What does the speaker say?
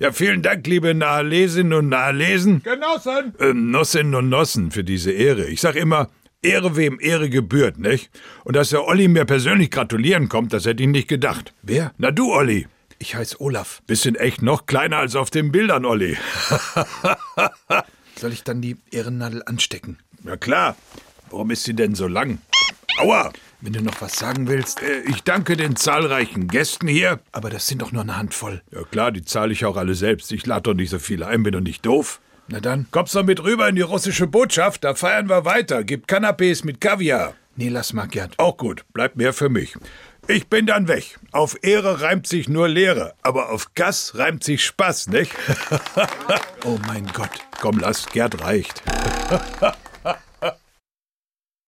Ja, vielen Dank, liebe Nahalesinnen und Nahalesen, Genossen! ähm, Nossinnen und Nossen für diese Ehre. Ich sag immer, Ehre wem Ehre gebührt, nicht? Und dass der Olli mir persönlich gratulieren kommt, das hätte ich nicht gedacht. Wer? Na du, Olli. Ich heiße Olaf. Bist in echt noch kleiner als auf den Bildern, Olli. Soll ich dann die Ehrennadel anstecken? Na klar. Warum ist sie denn so lang? Aua! Wenn du noch was sagen willst. Äh, Ich danke den zahlreichen Gästen hier. Aber das sind doch nur eine Handvoll. Ja klar, die zahle ich auch alle selbst. Ich lade doch nicht so viele ein, bin doch nicht doof. Na dann. Kommst du mit rüber in die russische Botschaft? Da feiern wir weiter. Gibt Canapés mit Kaviar. Nee, lass mal, Gerd. Auch gut, bleibt mehr für mich. Ich bin dann weg. Auf Ehre reimt sich nur Leere, aber auf Gas reimt sich Spaß, nicht? Oh mein Gott. Komm, lass, Gerd reicht.